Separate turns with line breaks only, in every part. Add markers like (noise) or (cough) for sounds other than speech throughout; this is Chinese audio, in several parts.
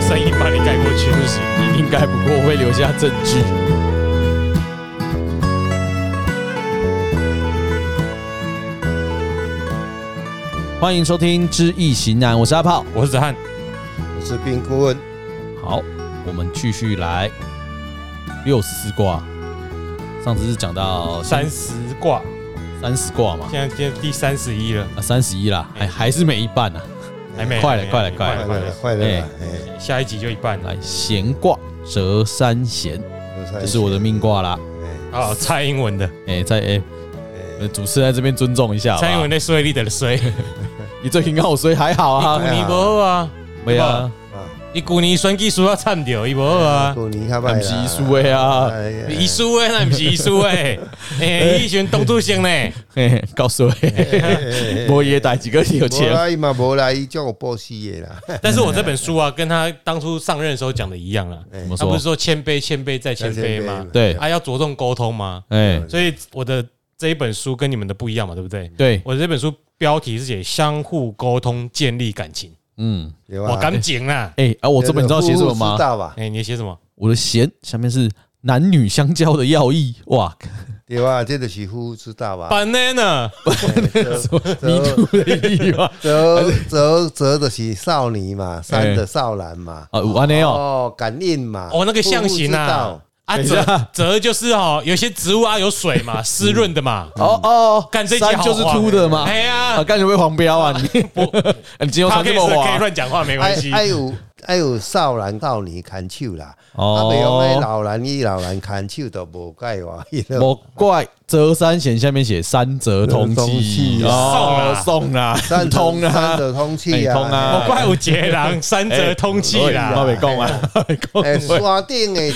声音把你盖过去。
不行，一定盖不过，我会留下证据。欢迎收听《知易行难》，我是阿炮。
我是子翰，
我是冰顾问，
好，我们继续来六十四卦。上次是讲到
三十卦，
三十卦嘛，
现在现在第三十一了，
啊，三十一啦，还还是没一半啊。
还没，
快了
还没
快了快
坏
了
了啦坏了
哎
啦，
了下一集就一半了
来，闲卦折三弦，
哎，
这是我的命卦啦。
哎，
啊！蔡英文的，
哎、在哎、呃主持人在这边尊重一下好不好
蔡英文的衰，你的衰，
你最近跟我说还 (laughs) 好
一
啊，
股你不好啊，
没啊，
啊，
一股你选技术要惨掉，伊不好啊，
过年下
不
班
是一输的啊，
哎呀
遗书诶，那不是遗书
(laughs)
诶，诶，哎以前东出生呢，
嘿嘿，告诉你，
哎哎哎
我也带几个有
无
钱，
来嘛，无来伊叫我报喜的啦， (laughs)
但是我这本书啊，跟他当初上任的时候讲的一样啊，
怎么
他不
说
是？说谦卑、谦卑再谦卑
再谦卑
吗
嘛？
对，
啊，要着重沟通吗？
哎，
所以我的这一本书跟你们的不一样嘛，对不对？
对，
我的这本书标题是写相互沟通，建立感情。
嗯，
对吧
我感情啊，
哎啊，我这本你知道写什么
夫妇
吗
之？道吧，
哎，你写什么？
我的弦下面是男女相交的要义，哇，
对吧？这就是夫妇之道吧，
banana
迷途的意义啊吧？
折折折的是少女嘛，山的少男嘛，
啊，完了哎哦，
哦，感应嘛，
哦，那个象形啊，啊
等一下
折折就是哦，有些植物啊有水嘛，湿润的嘛。
哦哦，
干这集
山
好
就是
滑
秃的嘛，
哎
啊，
呀，
干什么会黄标 (laughs) 啊？你你今天
他
穿
可
这
以
么
可以
滑
乱讲话，没
夫妇之道，
关系。
哎哎有哎有少男少女牵手啦，啊，袂用那
哦，
老男与老男牵手都无解话，
莫怪折三弦下面写三折同
同
气
气，
哦
送啊
送啦，
三折
通
三
啊。
者通气
哎
啊，
通啊
我怪有杰郎三折通气
哎我
啦，哎
未讲啊， (laughs) 我未讲。
(laughs)
诶，哎山顶诶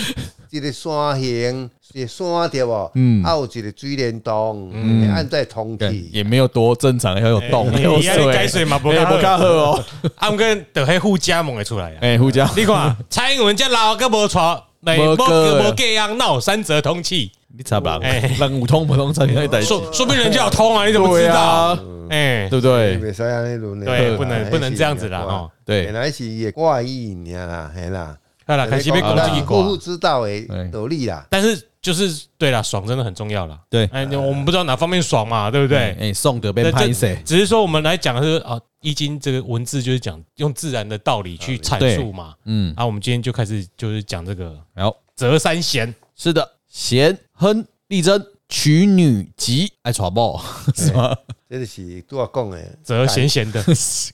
一个山形，一个山对无？
嗯
啊有一个水帘洞，
嗯
嗯，按在通
干
气，
也没有多正常，要有洞，
哎
要有
你要改水嘛不
哎
较好
不较好哦。
啊，我跟德黑互加盟的出来啊。
哎，胡椒，
你看，蔡英文这老个无错，没
没
无
个
无这样闹三折通气，
你差不多
哎，
让五通不通才可以带
说说不定人家有通啊，你怎么
对
知道？
啊，
哎，
对不
你
对？
袂使安尼轮的哎
对，
对
不能不能这样子啦，哦。。
对
啊原，来是伊诶怪异尔啦，嘿啦，
好啊啦，开始被攻
咱
击
啊夫妇
过，
之道诶
对
道理啦，
但是就是对啦，爽真的很重要啦。
对
哎，我们不知道哪方面爽嘛，对不对？
哎，送的被
那
拍
这
谁？
只是说我们来讲的是啊，《易经》这个文字就是讲用自然的道理去阐述嘛。
嗯，
啊，我们今天就开始就是讲这个
好，
折三弦，
是的，贤亨利贞娶女吉，爱耍爆 (laughs) 是吗？
这就是拄我讲诶，
折弦弦
(laughs)
的，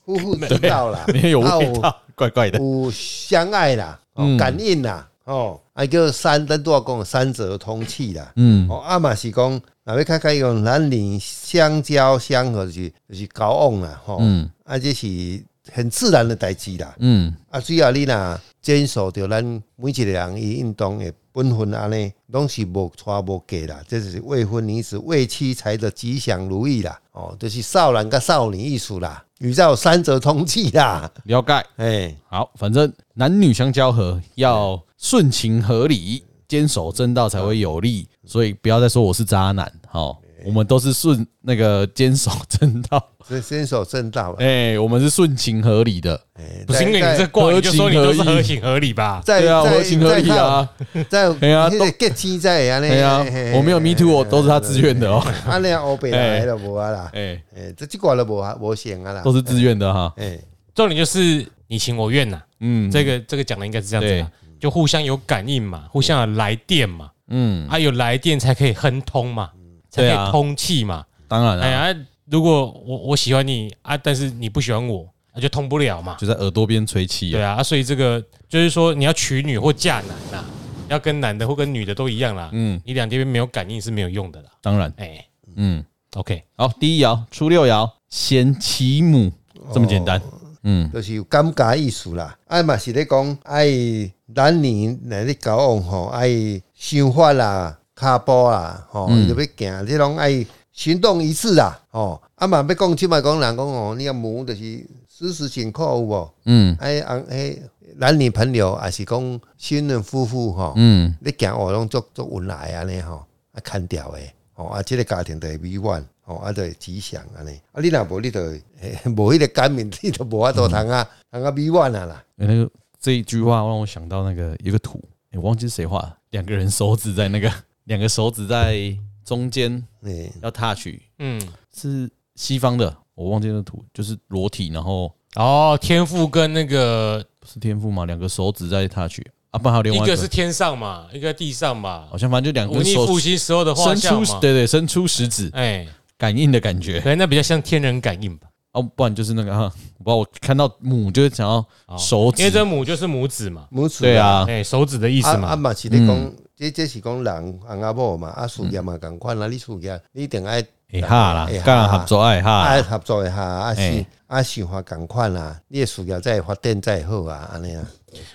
夫妇之道啦，
没有
啊
味道，怪怪的。
有相爱啦，哦
嗯
感应啦，哦，啊叫三，咱拄我讲的三者通气啦。
嗯，
哦，啊嘛是讲，若要较解讲，咱人相交相合就是就是交往啦，吼、
嗯
啊这是很自然的代志啦。
嗯，
啊，只要你若坚守着咱每一个人伊运动的本分安尼，拢是无娶无嫁啦，这就是未婚女子为妻才的吉祥如意啦。哦，就是少男甲少女艺术啦，宇宙三者通气啦。
了解。
哎、
好，反正男女相交合要顺情合理，坚守正道才会有利。所以不要再说我是渣男，好，我们都是顺那个坚守正道，
这坚守正道啦。
哎，我们是顺情合理的。
哎
不是因为
在
你这挂你就说你都是
合
合
情
情合理吧？
在
对啊，
在
合情合理啊，
在
哎呀
那
都
个 get 机在安尼，
对啊
嘿嘿，
我没有 me too，我都是他自愿的哦，
安尼欧北来了无啊啦，
哎，
诶，这即寡都无啊，无成啊啦，
都是自愿的哈，
诶，
重点就是你情我愿呐，
嗯，
这个这个讲的应该是这样子啦，啊就互相有感应嘛，互相有来电嘛，
嗯，
啊有来电才可以亨通嘛，才可
对啊
以通气嘛。
当然
哎
了，
呀，啊如果我我喜欢你啊，但是你不喜欢我，那就通不了嘛。
就在耳朵边吹气
对
啊，
啊，啊所以这个就是说你要娶女或嫁男呐、要跟男的或跟女的都一样啦。
嗯，
你两边没有感应是没有用的啦。
当然，
哎、
嗯，
o k
好，第一爻初六爻贤妻母，这么简单，
哦
嗯，
就是有感觉意思啦，啊嘛是咧讲爱男女来咧交往吼，爱想法啦、骹步啦，吼，
嗯
伊就要行，即拢爱行动一致啦，吼，啊嘛要讲即嘛讲人讲吼，你啊母就是时时紧靠有无？
嗯
哎，红哎，男女朋友也是讲新人夫妇吼，
嗯。
你行学拢足足恩爱安尼吼，啊牵掉诶，吼啊，即、个家庭就会美满，吼啊，就会吉祥安尼。啊， (laughs)
嗯
你若无，你就会嘿无迄个感面，你就无法度通啊，通啊美满啊啦。
欸、那个这一句话让我想到那个一个图，诶我忘记是谁画的，两个人手指在那个 (laughs) 两个手指在中间
哎，
要 touch，
嗯，
是西方的，我忘记那图，就是裸体，然后
哦，天赋跟那个
不是天赋嘛，两个手指在 touch 啊，不然还有另
一
外
个是天上嘛，一个地上嘛
好，像反正就两
文
根
艺
手
复
指
兴时候的画
伸
像
出，
嘛，
对对，伸出食指
哎，
感应的感觉
可能那比较像天人感应吧，
啊，不然就是那个啊，我不知道我看到母就是想要
哦
手
因为
指，
这母就是拇指嘛，
母子
对，啊，
哎，手指的意
啊
思嘛，
啊嘛是咧讲，
嗯
这这是讲人翁阿某嘛，啊事业嘛共款啊，你事业你一定爱啊
哎哈啦
会，下
干合作哎
爱
哈，
合作一下，啊是
嘿
啊想法共款啊，你的事业才会发展才会好啊，安尼啊，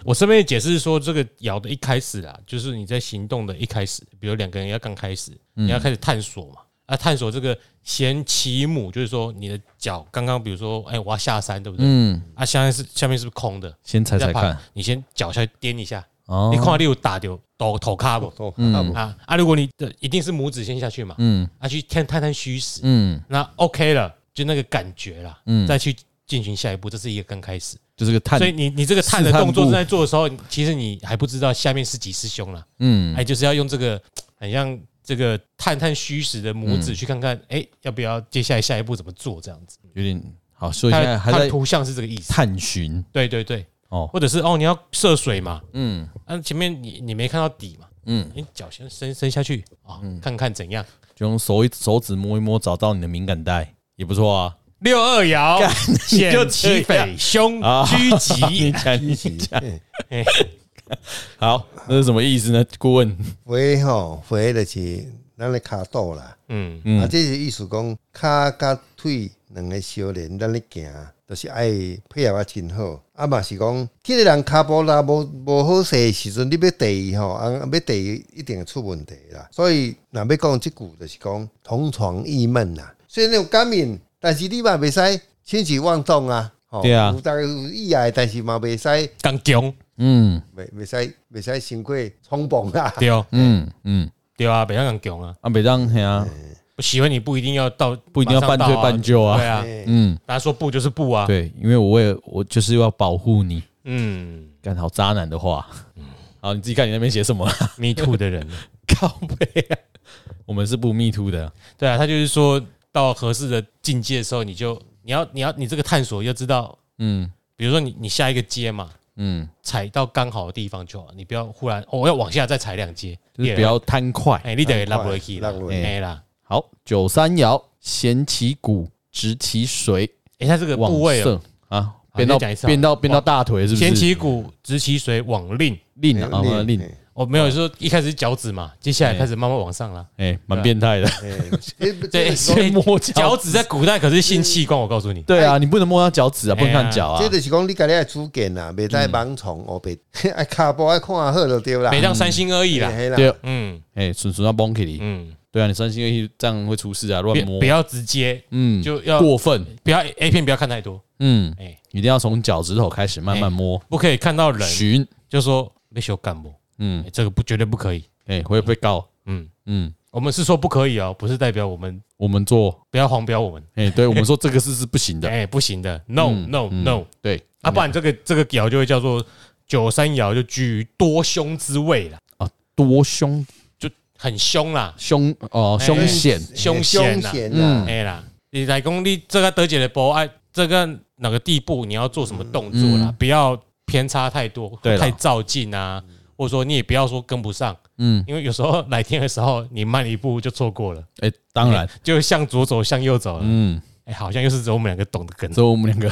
我身边的解释是说，这个咬的一开始啊，就是你在行动的一开始，比如两个人要刚开始，
嗯
你要开始探索嘛。啊，探索这个弦起母，就是说你的脚刚刚，比如说，哎、我要下山，对不对？
嗯，
啊，下面是下面是不是空的？
先猜
你再
猜
爬
看，
你先脚下去颠一下，
哦
你，看你有打掉头头卡不？
哦
嗯
啊无
啊啊！如果你的一定是拇指先下去嘛，
嗯
啊，去探探探虚实，
嗯
那 OK 了，就那个感觉啦，
嗯，
再去进行下一步，这是一个刚开始。
就是个探
所，以你你这个探的
试探
动作
步
正在做的时候，其实你还不知道下面是几师兄了，
嗯
哎，就是要用这个很像这个探探虚实的拇
嗯
指去看看，哎，要不要接下来下一步怎么做这样子？
有点好，所以现
它
在还
它的
在
图像是这个意思，
探寻
对对对，
哦，
或者是哦，你要涉水嘛，
嗯
啊，前面你你没看到底嘛，
嗯，
你脚先伸伸下去啊，看看怎样。
就用手一手指摸一摸，找到你的敏感带也不错啊。
六二爻
干，你
险
就这
其
样
匪，凶
啊
居
你
吉。
讲你
是
讲，
嘿
(laughs) 好，那是什么意思呢？顾问，
回吼回就是咱的骹肚啦，
嗯，
嗯
啊，这是意思讲，骹甲腿两个相连，咱咧行，就是爱配合啊真好。啊嘛是讲，这个人骹步啦无无好势的时阵，你要第伊吼，啊要第伊一定会出问题啦。所以若要讲即句，就是讲同床异梦啦。虽然有感应，但是你嘛袂使轻举妄动啊。吼
对啊
有大家有意爱，但是嘛袂使
刚强
嗯
袂袂使袂使伤过冲动啊啦。
对哦
嗯嗯，
对啊，北上刚强啊，
啊，别让嘿啊，
我喜欢你不一定要到，
不一定要半推半就啊
马上到对啊，
嘿
嗯，
大家说不就是不啊？
对，因为我为我就是要保护你，
嗯
干好渣男的话，好，你自己看你那边写什么， (laughs)
，me too 的人，
靠背啊，我们是不密兔的，
对啊，他就是说到合适的境界的时候，你就你要你要你这个探索要知道，
嗯
比如说你你下一个阶嘛，
嗯，
踩到刚好的地方就好，你不要忽然哦，我要往下再踩两阶，
就是
你
不
也
要贪快。
哎，你得拉
快
不起啦
拉，不下去
哎啦，
好，九三爻，咸其骨，直其水，
哎，他这个
往
部位哦
上啊，变到
你再讲一次啊
变到变到大腿是不
前
是？
旗骨、直旗髓、往令。
令啊，
嘿
啊
(laughs)
令，
嘿
哦，没有说一开始是脚趾嘛，接下来开始慢慢往上了。
哎，蛮
(laughs)
变态的，
哎，
对，
(laughs)
这
所以
摸脚趾
啊 (laughs) 脚趾在古代可是性器官，我告诉你。
(laughs) 对啊，你不能摸到脚趾啊，
哎
不能看脚啊嗯
这，就是讲你家己的主见啦，袂使盲从哦，袂 (laughs) 爱骹步爱看好就对啦。
每当三心二意啦。
嘿啦，
啊对，
嗯
哎，纯纯要崩起你，
嗯，
对啊，你三心二意这样会出事啊，乱
别
摸
不，要直接，
嗯，
就要
过分，
不要 A 片，不要看太多，
嗯
哎，
一定要从脚趾头开始慢慢摸，
不可以看到人
寻，
就说没修干部，
嗯，
哎这个不绝对不可以。
哎，会被告，
嗯，
嗯，
我们是说不可以哦，不是代表我们
我们做，
不要黄标我们，
哎，对我们说这个事是
(laughs)
不行的，
哎，不行的，no
嗯
no
嗯
no，
对
啊，不然这个这个爻就会叫做九三爻，就居于多凶之位啦，
啊多凶
就很凶啦，
凶哦
哎
凶险，啊
凶险
凶
啦。
险
嗯
啊啦，
哎啦，你来讲你这个德姐的波哎，这个哪个地步你要做什么动作啦？
嗯
不要偏差太多，
对啦
太照进啊，或者说你也不要说跟不上，
嗯，
因为有时候来天的时候你慢一步就错过了，
哎，当然，
(laughs) 就向左走向右走了。哎、
嗯。
好像又是只有我们两个懂得跟。
所以我们两个，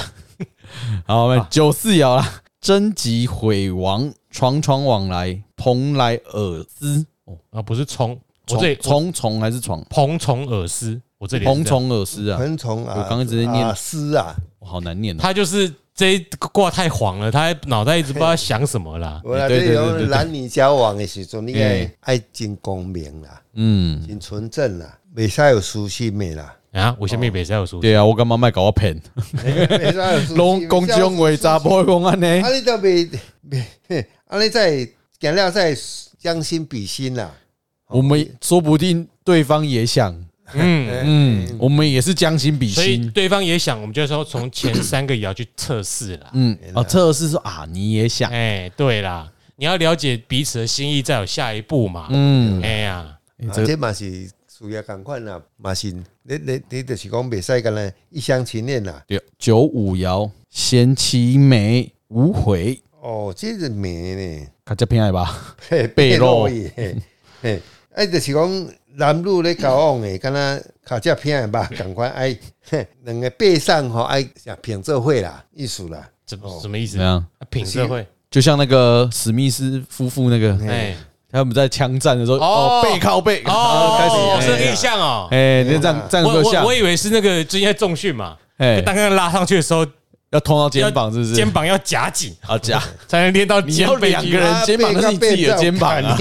好，我们九四爻啦，征集毁亡，床床往来，蓬莱尔思，哦，
啊，不是虫，我这里
虫虫虫还是床？
蓬虫耳丝，我这里是
蓬
这样，
虫尔思啊，
昆虫啊，
我刚刚直接念
啊丝啊，
我好难念哦。
他就是这一卦太黄了，他脑袋一直不知道想什么啦。
我啦，
对对
这
对对对
种男女交往的时阵，你
哎
该爱真光明啦，
嗯，
真纯正啦，袂使有私心的
(laughs)
啦，
啊，我下面别再有书。
对啊，我干嘛卖搞我骗？
袂使有私心
拢公种话查甫讲安尼
啊，，你都袂 (laughs) 袂，嘿啊，你再行了再将心比心啦。
我们说不定对方也想，
嗯，
嗯，我们也是将心比
所以
心。
对方也想，我们就说从前三个也要去测试啦。
嗯，哦，测试说啊，你也想，
哎、对啦，你要了解彼此的心意，再有下一步嘛。
嗯，
哎呀，
欸
啊
这个
这嘛是事业共款啦，嘛是你你你就是讲袂使干啦，一厢情愿啦。
六九五爻，贤妻美无悔，
哦，这是美呢， (laughs)
看这偏爱吧？
嘿
背肉
背嘿嘿，哎，就是讲男女咧交往诶，敢若卡只片诶吧，共款哎，嘿两个背上吼哎，平做伙啦，意思啦。
怎么、
哦
什么意思
怎？样？
啊品社会，
就像那个史密斯夫妇那个，
哎、
他们在枪战的时候，
哦
哦，背靠背，
哦，
开始
是
哎
印象哦。
哎，就这样这样
我
坐
我
下
我，以为是那个之前在重训嘛，
哎
就，刚刚拉上去的时候，
要通到肩膀是不是？
肩膀要夹紧
(laughs) 啊，
(laughs)
夹，
才能练到
你
肩
要
背
两
肌
个
肉
人肩
啊
膀那是你自己的肩膀啊，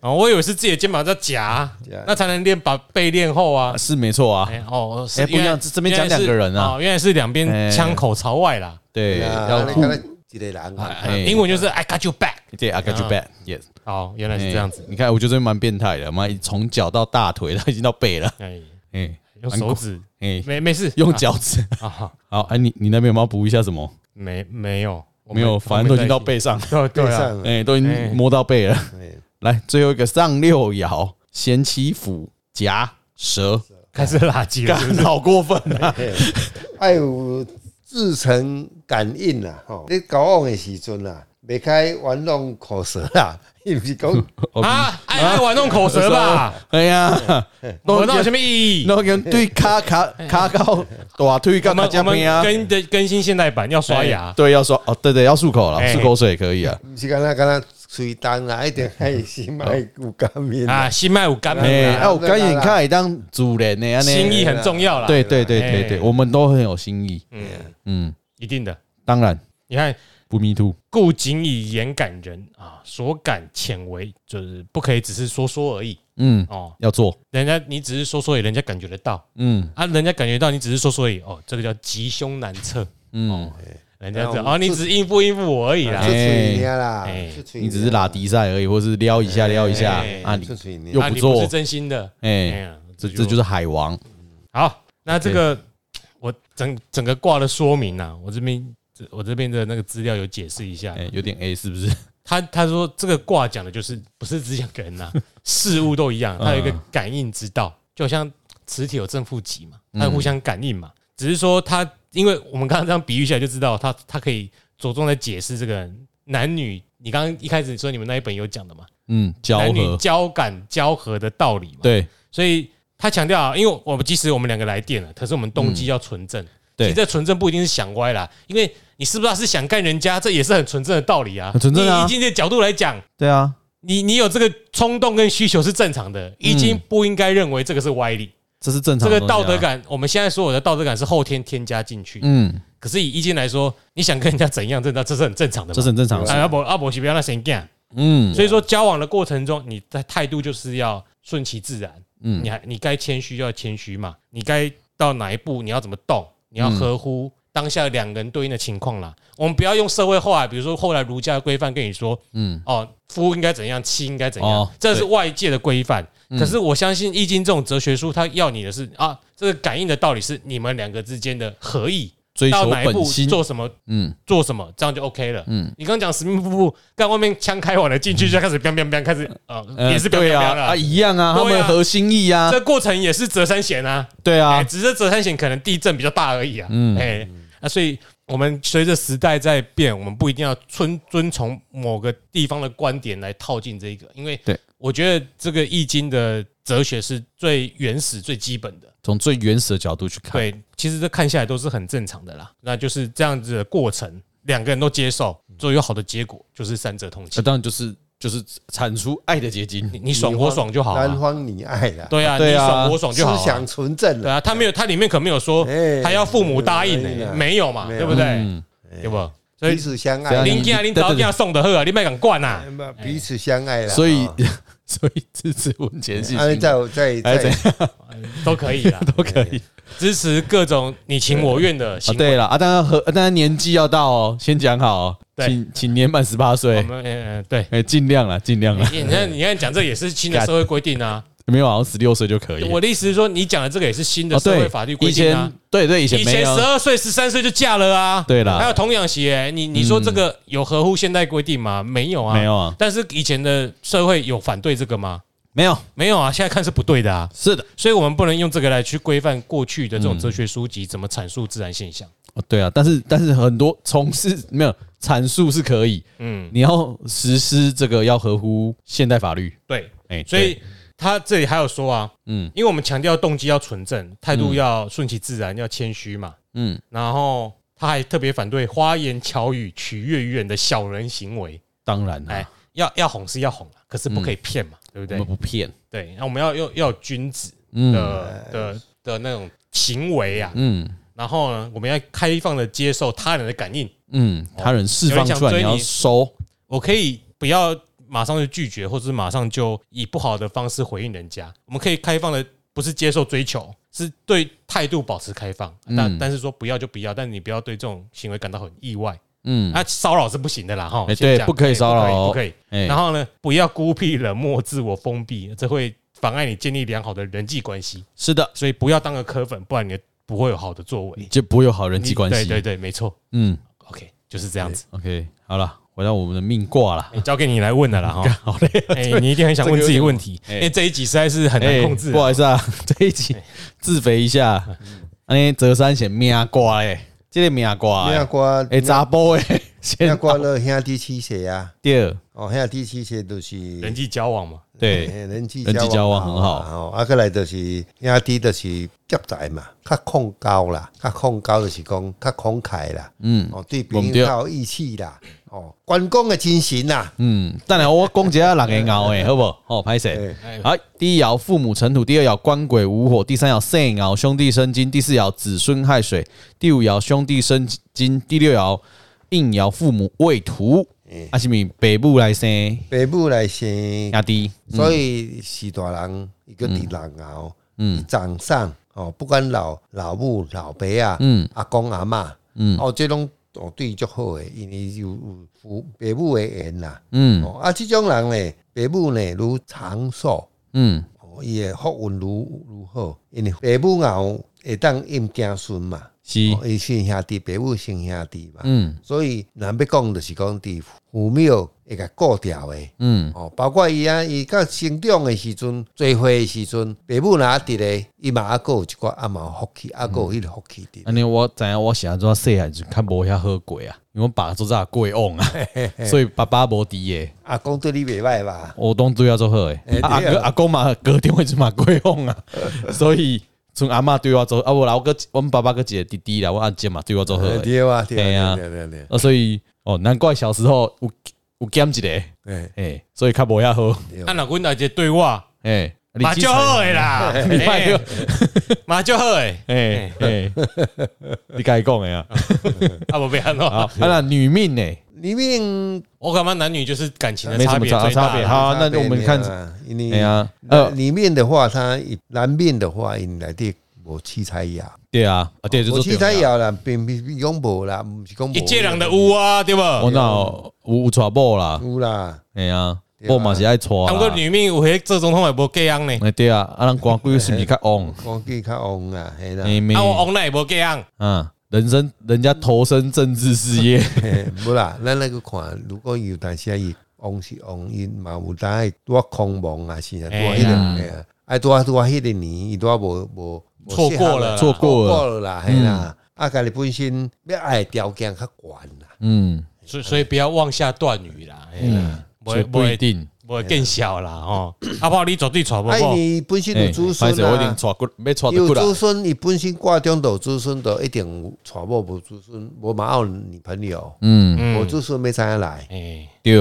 哦，我以为是自己的肩膀在夹
夹，
那才能练把背练厚啊。
是没错啊，
哎哦，是
哎不一样
原来
这这边讲两个人啊
哦原来是两边
哎
枪口朝外啦。
(laughs) 对，要
要
互
互一哎个人
(laughs)
啊，
哎
英文就是 I got you back。
对，I got you back，yes，哎
哦，原啊来是这样子。
你看，我觉得蛮变态的，妈，从脚到大腿，他已经到背了，
哎，
哎，
用手指，
哎，
没没事，
用脚
(laughs)
趾。
啊啊，
好，哎，你你那边有没有补一下什么？
没没有，我
没
们
有，反正都已经到。背上，
我们在一起对
背
对啊，
上
哎，都已经摸到背了。
哎
来，最后一个上六爻，咸七府夹蛇，
开始垃圾了，是不
干
是？
好过分啊！
哎
嘿爱有至诚感应啦，吼！你交往的时阵啦，袂开玩弄口舌啦， (laughs) 伊毋是
(laughs)
讲
啊，爱爱玩弄口舌吧，
哎呀，
玩弄有什么意义？
那个对卡卡卡到大腿
我
干
们
嘛
哎我
加
们
边啊？
更的更新现代版要刷牙
哎，对，要刷哦，对对，要漱口了，
哎
漱口水也可以啊。
毋是敢若敢若吹单啦，一定爱心爱有感应
啊，
啦。
心脉有感
哎，
恩
啊，
啊，
我刚眼看也当主人呢，
心
呢，
意很重要啦。
对对对对对，
哎
我们都很有心意。
嗯，
嗯，
一定的。
当然
你看，
不迷途。
故仅以言感人啊，所感浅为，就是不可以只是说说而已
嗯，
哦。
要做。
人家你只是说说而已，人家感觉得到
嗯
啊，人家感觉到你只是说说而已哦，这个叫吉凶难测。
嗯，
人家这
那我
哦，你只是应付应付我而
哎
已啦
出。嘴尔啦
哎，
出嘴尔啦
你只是拉低赛而已，或是撩一下撩一下
哎
啊，你
出嘴尔
又
啊
不
你
做
是真心的。哎
哎，
呀，
这这就是海王。
好。那这个我整整个卦的说明呐，我这边我这边的那个资料有解释一下。
哎，有点 A 是不是？
他他说这个卦讲的就是不是只讲人呐、啊 (laughs) 事物都一样，它有一
嗯
个感应之道，就好像磁铁有正负极嘛，它
嗯
有互相感应嘛。只是说它，因为我们刚刚这样比喻下来就知道，它它可以着重在解释这个男女。你刚刚一开始说你们那一本有讲的嘛，
嗯，交
男女
合。
交感交合的道理嘛。，
对
所以他强调啊，因为我们即使我们两个来电了，可是我们动机要纯正。
嗯对
其实这纯正不一定是想歪啦，因为你是不是是想干人家，这也是很纯正的道理啊。
很纯正啊
你以今天的角度来讲，
对啊，
你你有这个冲动跟需求是正常的，已经不应该认为这个是歪理。
这是正
这
常的
个
东西啊。
道德感，我们现在所有的道德感是后天添加进去。
嗯，
可是以意见来说，你想跟人家怎样，这这是很正常的嘛。
这是很正常的事
啊。阿伯阿伯是不要那神干。
嗯，
所以说，交往的过程中，你的态度就是要顺其自然。
嗯
你还你该谦虚就要谦虚嘛，你该到哪一步你要怎么动，你要合乎当下两个人对应的情况啦。我们不要用社会化，比如说后来儒家的规范跟你说，
嗯
嗯，哦，夫应该怎样，妻应该怎样
哦，嗯
这是外界的规范。可是我相信《易经》这种哲学书，它要你的是啊，这个感应的道理是你们两个之间的合意，
追
到
求
哪一
本
步
心。
做什么
嗯，
做什么，这样就 OK 了。嗯，你刚刚讲史密夫妇干外面枪开完了，进去就开始 biang biang biang，开始呃
呃
也是 biang
对
biang
啊
biang 了
啊，。一样啊，
对
他
啊
们合心意啊，
这过程也是折三弦啊，
对
哎、
啊，
只是折三弦可能地震比较大而已啊。嗯，哎、啊，所以我们随着时代在变，我们不一定要遵遵从某个地方的观点来套进这个，因为
对
我觉得这个易经的哲学是最原始、最基本的。
从最原始的角度去看，啊
对，其实这看下来都是很正常的啦。那就是这样子的过程，两个人都接受，最后有好的结果，就是三者同
那
庆。
当然就是就是产出爱的结晶。 (laughs)
你你爽我爽就好啊、
男方你爱啦，
对啊，
对
你
啊
爽我爽
思
就好啊、
想纯正
对
啦，
啊，他没有，他里面可没有说
哎
他要父母答应
没有
呢，
啦
没有嘛，
没有啊
对不对？
嗯，
有不？所
彼
以
此相
这
爱
样
啦，哎
林家林早家送的喝啊，你别敢灌啊！
彼此相爱啦。
所以 (laughs)
哦
所以支持婚前性
啊，
行为
再再
还是怎
再
哎样
哎
都可以
(laughs)
啦，
都可以。哎
支持各种你情我愿的
啊
行，为。
对了啊，当然和当然年纪要到哦，先讲好哦，
对
请请年满十八
我
岁，
们呃对，
哎，尽量了，尽量了。
你看你看讲这也是新的社会规定啊，
没有，好像十六岁就可以。
我的意思是说，你讲的这个也是新的
哦，
社会
对，
法律规
以
定啊
前。对对以前
以
没
前十
有，啊
二岁、十三岁就嫁了啊，
对啦
还有童养媳、欸，你你说这个有合乎现代规定吗？没有啊，
没有啊
但是以前的社会有反对这个吗？
没有，
没有啊，现在看是不对的啊，
是的，
所以我们不能用这个来去规范过去的这种哲学书籍怎么阐述自然现象。
哦对啊，但是但是很多从事没有阐述是可以，
嗯，
你要实施这个要合乎现代法律，
对，
哎，
所以他这里还有说啊，
嗯
嗯，因为我们强调动机要纯正，态度要顺其自然，要谦虚嘛，
嗯，
然后他还特别反对花言巧语、取悦于人的小人行为。
当然
哎
啦，，
要要哄是要哄啊，可是不可以骗嘛，对不
我
对
们？不骗，
对，那我们要要要有君子
嗯
的、的的那种行为啊，
嗯
然后呢，我们要开放的接受他人的感应，
嗯，
哦
他人释放出
有人想
来，
追
你
你
要收，
我可以不要马上就拒绝，或者是马上就以不好的方式回应人家，我们可以开放的，不是接受追求，是对态度保持开放，但、
嗯
但是说不要就不要，但你不要对这种行为感到很意外。
嗯，
那骚扰是不行的啦，哈，
哎
先
对
讲
不可以
哎
骚扰哦
不可以。
哎
然后呢，不要孤僻、冷漠、自我封闭，这会妨碍你建立良好的人际关系。
是的，
所以不要当个磕粉，不然你不会有好的作为。
就不会有好人际关
对
系，
对对，没错。
嗯
OK，就是这样子。
，OK，好了，回到我们的命卦了，
哎交给你来问了啦，哈。
(laughs) 好嘞，
(laughs) 哎，你一定很想问自己问题，
这个有点哎
因为这一集实在是很难控制
哎不
啊。哎
好意思啊， (laughs) 这一集自肥一下，安尼折三险命挂嘞，这个命挂
命
诶，
瓜
哎啊查甫诶，
命
先
瓜了兄弟七血啊，
掉，
哦，兄弟七血就是
人际交往嘛，
对，
嘿人际
人际交往很好
啊哦，啊，过来就是兄弟就是夹财嘛，较控高啦，较控高就是讲较慷慨啦，
嗯
哦，对别
我们
人
对
较有义气啦，哦，关公的精神啦，
嗯，等下我讲一下人的
(laughs)
熬诶，好不好？好，拍谁？
哎
好，第一爻父母尘土，第二爻官鬼无火，第三爻肾爻兄弟生金，第四爻子孙亥水，第五爻兄弟生金，第六爻应爻父母未土，
哎
啊是咪北部来生
爸母来生，
兄弟，
所以是大人一个伫人熬，嗯，掌上哦，不管老老母老爸啊，
嗯
阿公阿嬷，
嗯
哦，这拢哦对伊足好诶，因为有有父爸母诶缘啦，
嗯
哦，啊，即种人咧，爸母咧如长寿。
嗯
哦，伊诶福运如如好，因为爸母熬会当应子孙嘛，
是
哦，伊亲兄弟，爸母亲兄弟嘛，
嗯
所以咱要讲就是讲伫父母会甲顾掉诶。
嗯
哦，包括伊啊，伊到成长诶时阵，做伙诶时阵，爸母若伫咧，伊嘛啊有一寡啊嘛有福气，啊有迄个福气伫。
安尼我知影我是安怎细汉就较无遐好过啊，因为我爸做早过旺啊，所以爸爸无伫诶，
阿公对你袂歹吧？
我当对我做好诶。
欸
啊阿
对啊
哥阿公嘛隔天会就嘛过旺啊，所以从阿嬷对我做啊，我啦我个阮爸爸个一个弟弟啦，我阿姐嘛对我做好
呃
诶，
对啊，对
嘿
啊，
啊
对啊对啊对啊，
啊所以哦难怪小时候有有减一个，诶、
对
所以较无遐好，
啊，老公大姐对话，
诶、欸，
马就好诶啦，
(laughs) 礼拜六
哎，马就好诶，
诶诶，欸你该讲诶啊，
啊，我别安
好，
了。
啊那女命诶、
里面
我感觉男女就是感情的
没什
差
么
别
差
最大
差别
啦
好那我们看
啊，因为
哎呀
呃，
呃
里面的话，它南面的话，因内底无七彩爻，
对啊，啊对，就
无
是
七彩爻啦，并不是讲无啦，毋是讲无
一介人的屋啊，对不？
我那有有娶某啦，
有啦，
哎呀，
嗯对啊
某嘛是爱娶
他们个
啦，
女命有迄做总统也无嫁人呢，
哎对啊，啊咱光棍是不是较
(laughs)
旺？
讲句较旺啦，嘿啦，
哎妹
啊，，我翁那也无嫁人，
嗯，人生人家投身政治事业，
嘿无啦，咱那个看，如果有但是伊旺是旺，伊嘛有当系多空亡啊，是啊，多迄个嘿啊，哎多多迄个年，伊多无无无
错过了啦
错
错
过
过
了，嗯
了啦，嘿啦，啊，家己本身要爱的条件较悬啦，
(laughs) 嗯，
所以所以不要妄下断语啦，嗯，不
所以
会
不一定。
不会更小啦哦。阿炮你绝对娶不
爱
好，
你啊本身有
哎
子
不好意
孙啊
思我一定
啦。
娶过，要娶得
有
过啦。
子孙，伊本身挂中有子孙，就一定有娶某无子孙，无嘛有女朋友，
嗯，
无
嗯，
子孙要怎样来，
哎，
对，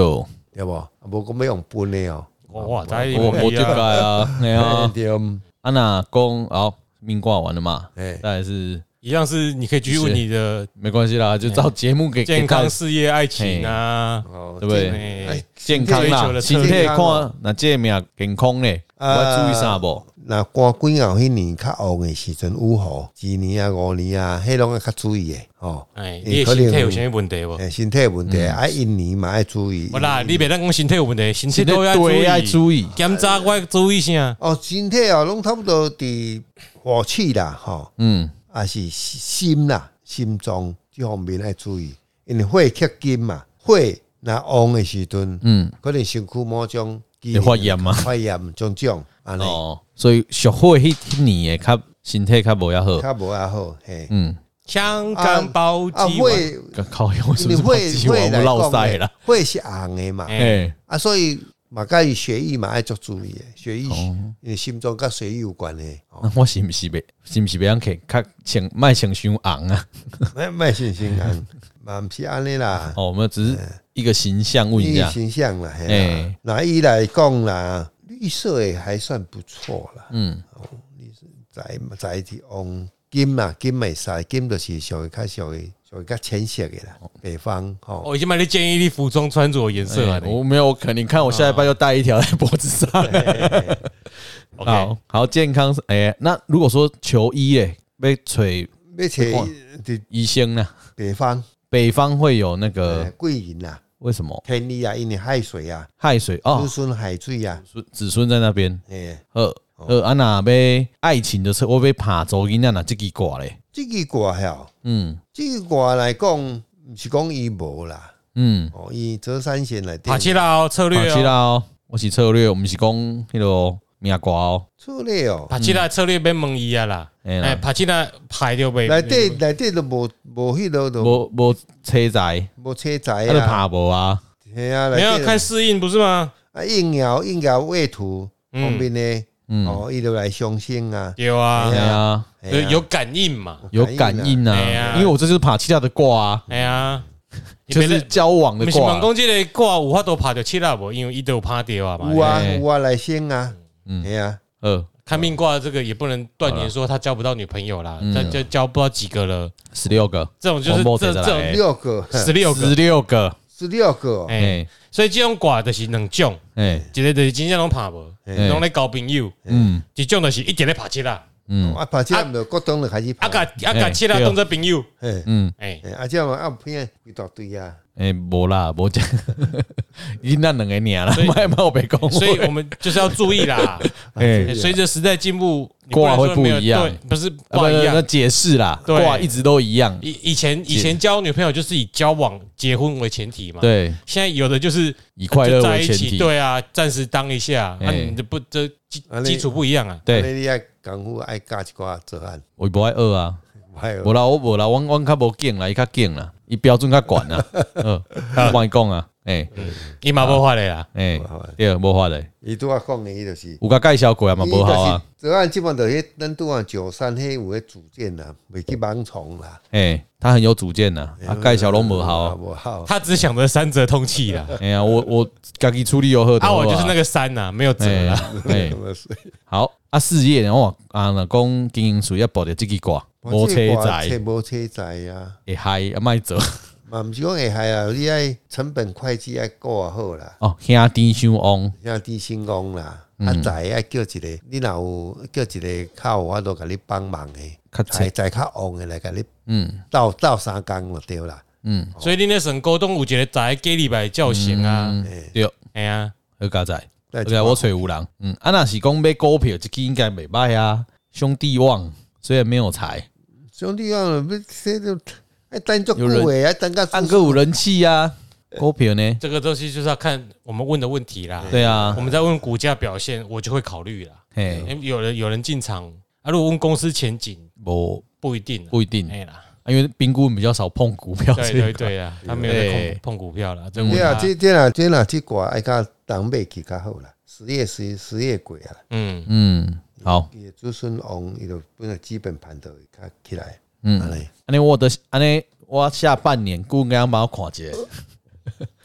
对无？无讲要用分的哦，
我我知你
我我
无
这个
啊，
(laughs)
啊，哎呀，
对，
啊那公好，命卦完了嘛，
哎
再来是
一样是你可以继续问你的
没关系啦，就
哎
照节目给
健
给
康、
大家
事业、爱情啊，
哦，
对不对
这
哎
哎，
健康啊
追求
啦，
的
身
策
体
略
看那这命健康咧，我
啊
要注意啥不？
那光棍后迄年较红的时阵，有吼一年啊、五年啊，迄拢要较注意的哦。
嗯
哎，
你
你的
可哎
身
能
体有
有
啥物问题无？
诶，身体有问题啊，一年嘛要注意
无。啦，你袂当讲身体有问题，身体
现在
都要注
对要
意，
注意，
检查我要注意啥？
哦，身体哦，拢差不多伫火气啦，吼，
嗯，
啊是心啦、心脏这方面要注意，因为火克金嘛，火若旺的时阵，
嗯，
可能身躯某种
会
肌肉
发炎嘛？
发炎种种，安尼
哦，所以学会迄迄年诶，较身体较无遐好，
较无啊好，嘿，
嗯，
香港包
啊
机
火
丸，
靠腰是
因
不
为
是
火
把鸡丸
火来
落
讲
塞啦
呢？，火是红的嘛，
哎
哎，
啊，所以嘛，甲伊血液嘛爱足注意的，血液、
哦
因为心脏甲血液有关的，哦 (laughs)
那我是毋是袂是毋是袂当去较穿卖穿伤红啊？
卖卖信心安，嘛毋是安尼啦，
哦，我们只是一个形象问一
你
下，
形象啦，嘿啦
哎，
那伊来讲啦，绿色的还算不错啦，哦
嗯，
在在伫往金嘛，金咪使，金就是属于较属于属于较浅色的
哦
啦，北方吼，
我已经把哦你建议你服装穿着的颜色啊
哎，我没有，我肯定看我下一半就戴一条在脖子上。
，OK，
(laughs) 好好健康是，哎，那如果说求医诶，被吹
而且
哇
伫
医生呢，
北方
北方会有那
呃
个
桂林啦、
为什么
天气啊，因为海水啊，
亥水
子
哦，
孙海水啊，哎
孙子孙在那边，
诶，
呃
哦
呃，啊那被爱情的车，我被拍走囡仔那这支挂咧，
这个歌吼。
嗯
即我来讲，毋是讲伊无啦，
嗯，
哦，伊折三线来
爬
定
起来哦，策
爬
略
起
哦，
啦哦，我是策略，我们是讲迄个命挂哦，
出来哦，
爬起来策略免问伊啊啦，
哎
哎，
啦，
爬起来排着袂，
内底内底都无无迄落都
无无车载，
无车载
哎
他就
啊，
拍无啊，
系啊，
没有
内
看
底
适应不是吗？
啊应爻应爻位图
嗯
方面呢，
嗯，
哦，伊就来相信啊，
有啊
哎
对
呀，
啊，
有
嘿啊
有感应嘛？
有感应
哎
啊
呀，
因为我这就是爬其他的挂啊，
哎
(laughs)
呀，
就
你
是
别
交往
不
的
是
挂
问
啊，
讲即个挂有法度拍着起来无？因为伊都有拍着啊嘛。
有啊
哎
有啊来先啊，
嗯
系啊，
呃，
看命卦这个也不能断言说他交不到女朋友啦
嗯，
他就交不到几个了。
十六个，
这种就是
王某
这
再
这
来
种
哎
六个
十六
十
个，
六个，
十六个哦，
哎，
哎
所以这种卦就是两种，
哎，
一个就是真正拢拍无，
哎
拢咧交朋友；
嗯
一种就是一直咧拍起来，
嗯
啊，把这样的各种就开始
啊
拍，
甲啊甲起来
哎对
当做朋友，
嘿
嗯，
哎，
嘿啊，这样啊片一大堆啊，
哎，无啦，无 (laughs) 讲，因那两个年啦
所以，
卖卖 (laughs) 我白讲话，
所以我们就是要注意
(laughs)
啦。
哎
啊
哎，随着时代进步，你
卦
能
会
说没有
不一样
对不是
啊不
卦一
那
样。
解释啦，
对
挂一直都一样，
以以前以前交女朋友就是以交往、结婚为前提嘛，
对，
现在有的就是
以快乐
就在
为
一
前
起，
提，
对啊，暂时当一下，那、
哎
你的不这基
啊你
基础不一样啊。
对，
你爱功夫爱教一寡做案，
我不爱饿啊，
还有
嗯
无啦，我无啦，我我较无劲啦，伊较劲啦，伊标准较悬啦，嗯，我帮伊讲啊，哎
嗯
伊嘛无法的啦，
哎，对，无法嘞，
伊拄啊讲的伊就是。
有甲介绍过啊嘛，无好啊，
伊就是。昨暗基本就是咱拄啊九三迄有迄主见啦，袂去盲从啦。
哎，他很有主见呐，啊，介绍拢无好啊，
无好。
他只想着三折通气啦，
哦
哎呀，我我家己处理又好，
啊，我就是那个啊三呐、没有折
哎
啦。
哎。好啊，事业然后啊，若讲经营事业保着即支歌，无车载
车无车载啊，
会害啊，卖做
嘛毋是讲会害啊，你爱成本会计爱顾啊好啦，
哦，兄弟相翁，
像低薪工啦，
嗯
啊载爱叫一个，你若有叫一个较有法度甲你帮忙的，
较
载
切，
载较旺的来甲你
嗯
斗斗三工就对啦。
嗯，
所以你那省沟通有一个在给礼拜叫醒啊，
哎，
对，
哎呀、
好加载，
再
而
一
且我找有人，嗯，啊若是讲买股票，即支应该袂歹啊，兄弟旺虽然没有财，
兄弟啊，要这就爱等足
有人
久的，啊等
但
个
个有人气啊，股票呢，
这个东西就是要看我们问的问题啦。
对啊哎
我，们在问股价表现，我就会考虑啦。
嘿，
因为有人有人进场啊，如果问公司前景，
无
不一定啊，
不一定，
哎啦。
啊因为评估比较少碰股票
对
这
对
一块，
对啊，他没有在碰碰股票啦，这问
对啊，
他，
这这啦，这啦，这挂爱甲东北去较好啦。实业实实业贵啊，
嗯，
嗯，好，
伊的子孙王伊就本来基本盘就会较起来，
嗯
啊
安尼。
安尼我的安尼我下半年顾应该帮我看一下。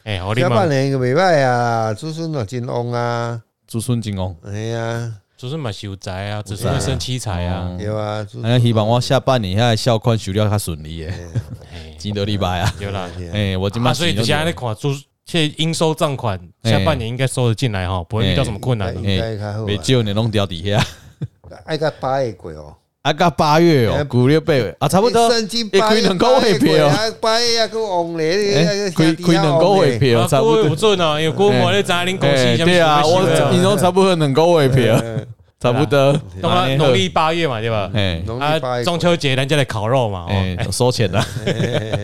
哎，我立
下
马
半年个袂歹啊，子孙也真旺啊，
子孙真旺，
哎呀，
祖孙嘛是有宅啊，子孙会生七财啊，
哦
对啊，就
那希望我下半年下校款收了较顺利诶， (laughs)
嘿
记得礼拜啊。
对啦。
诶，我今
啊，
嘛
所以你现在在看租，这应收账款
哎
下半年应该收得进来哈，不会遇到什么困难啊
应
的。
该较好
未少你弄掉底下，
啊，爱个八月过哦，
啊，到八月哦
哎，
九月八月啊，差不多，
圣经八
开
月
两个月票，
八月过啊，八月啊哎个旺咧，啊那
诶，
个
开开两个月票，
啊，
差不
各位不
多。
准啊，有郭某在砸您恭
哎
喜，
对啊，我你都差不多两个月
哎
票，差不多。
懂
安
了，
尼好
农历啊八月嘛，对吧？
哎
啊农历八
啊，
月
中秋节人家来烤肉嘛，哦
哎，，收钱了。
哎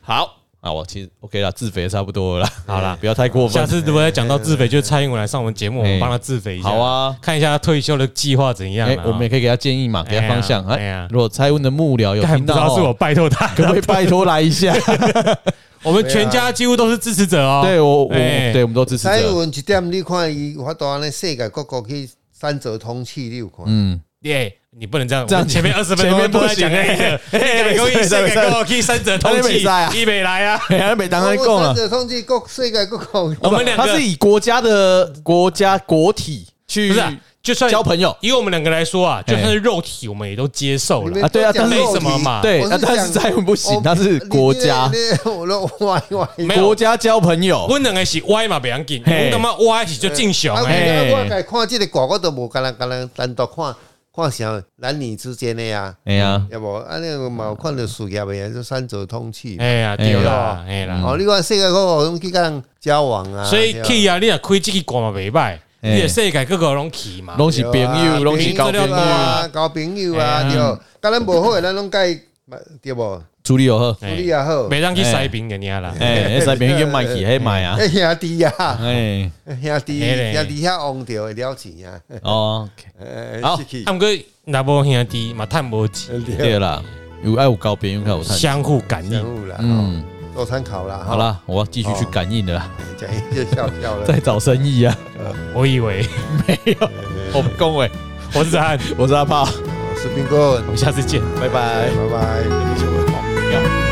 好啊，我其实 OK 了，自肥差不多了啦。
好啦
(laughs) 不要太过分
下。次如果要讲到自肥，就蔡英文来上我们节目，我们帮他自肥一下，
哎好，啊，
看一下他退休的计划怎样
哎
啊。，
我们也可以给他建议嘛，给他方向。
哎呀哎
哎
呀，
如果蔡英文的幕僚有
干
听
不知
到
道是我
哦，
拜托他，
可不可以拜托来
(laughs)
一下？
我们全家几乎都是支持者哦。
对我，我
哎
对我们都支持
蔡英
者。
文一点，你看伊有法度安尼世界各国去三折通气，你有看？
嗯，
耶，你不能这样，
这样
我们前面
讲
二十分
前
钟
面
都
不
在
行
讲那个，哎，
不
公益
行
生
不行
给我去三者通
他那
气
没在啊，
一北来啊，
哎呀，北当在供
三
了。
折通气，各世界各国。
我们两个
他是以国家的国家国体
不
去
是啊就算
交朋友
以我们两个来说啊，就算是肉体，我们也都接受
你
了
们。
啊，对啊，
都
但
讲
是
没什么嘛
对
我，
啊
是
但是
讲
蔡文不行，
哦
他是国家
你你我都歪歪。
没有
国家交朋友，
我两个是歪嘛，不要紧，我们
嘿
他妈歪是就进雄
啊我
哎，
嘿
我我看这个歌，我都无敢人敢人单独看，看啥男女之间的呀，
哎呀，
要不啊，那个嘛有看到事业的呀，就三者通气嘛。
哎呀，对啦，哎啦，
哦，你看世界各国拢去跟人交往啊，
所以
对吧
去啊，你若开这个馆嘛袂歹，
哎
你的世界各个拢去嘛，
拢是朋友，拢是交朋
朋友
友，
啊，交朋友
哎
啊，
呀
对，跟咱无好的咱拢甲伊，对不？
处理有好，
哎
处理也好，
袂当去塞兵人家啦。
哎，那西边叫卖去，嘿买啊，
哎兄弟啊，
哎，
兄弟
哎嘞
兄弟遐旺着会了钱啊， (laughs)
哦，OK，
哎
好
失去 (laughs)
他们哥若无兄弟嘛，趁无钱，
对啦，有啊爱有交朋友，看有看，
相互感
人
应。
物啦，
嗯
嗯，做参考啦，哈
啊好，啦，我要继续去感应的啦，
讲一就笑笑了
再。找生意啊，
我以为
(laughs) 我们恭维，
我是汉，
(laughs) 我是阿炮，
我是斌哥，
我们下次见。
拜拜
拜。拜。
好不要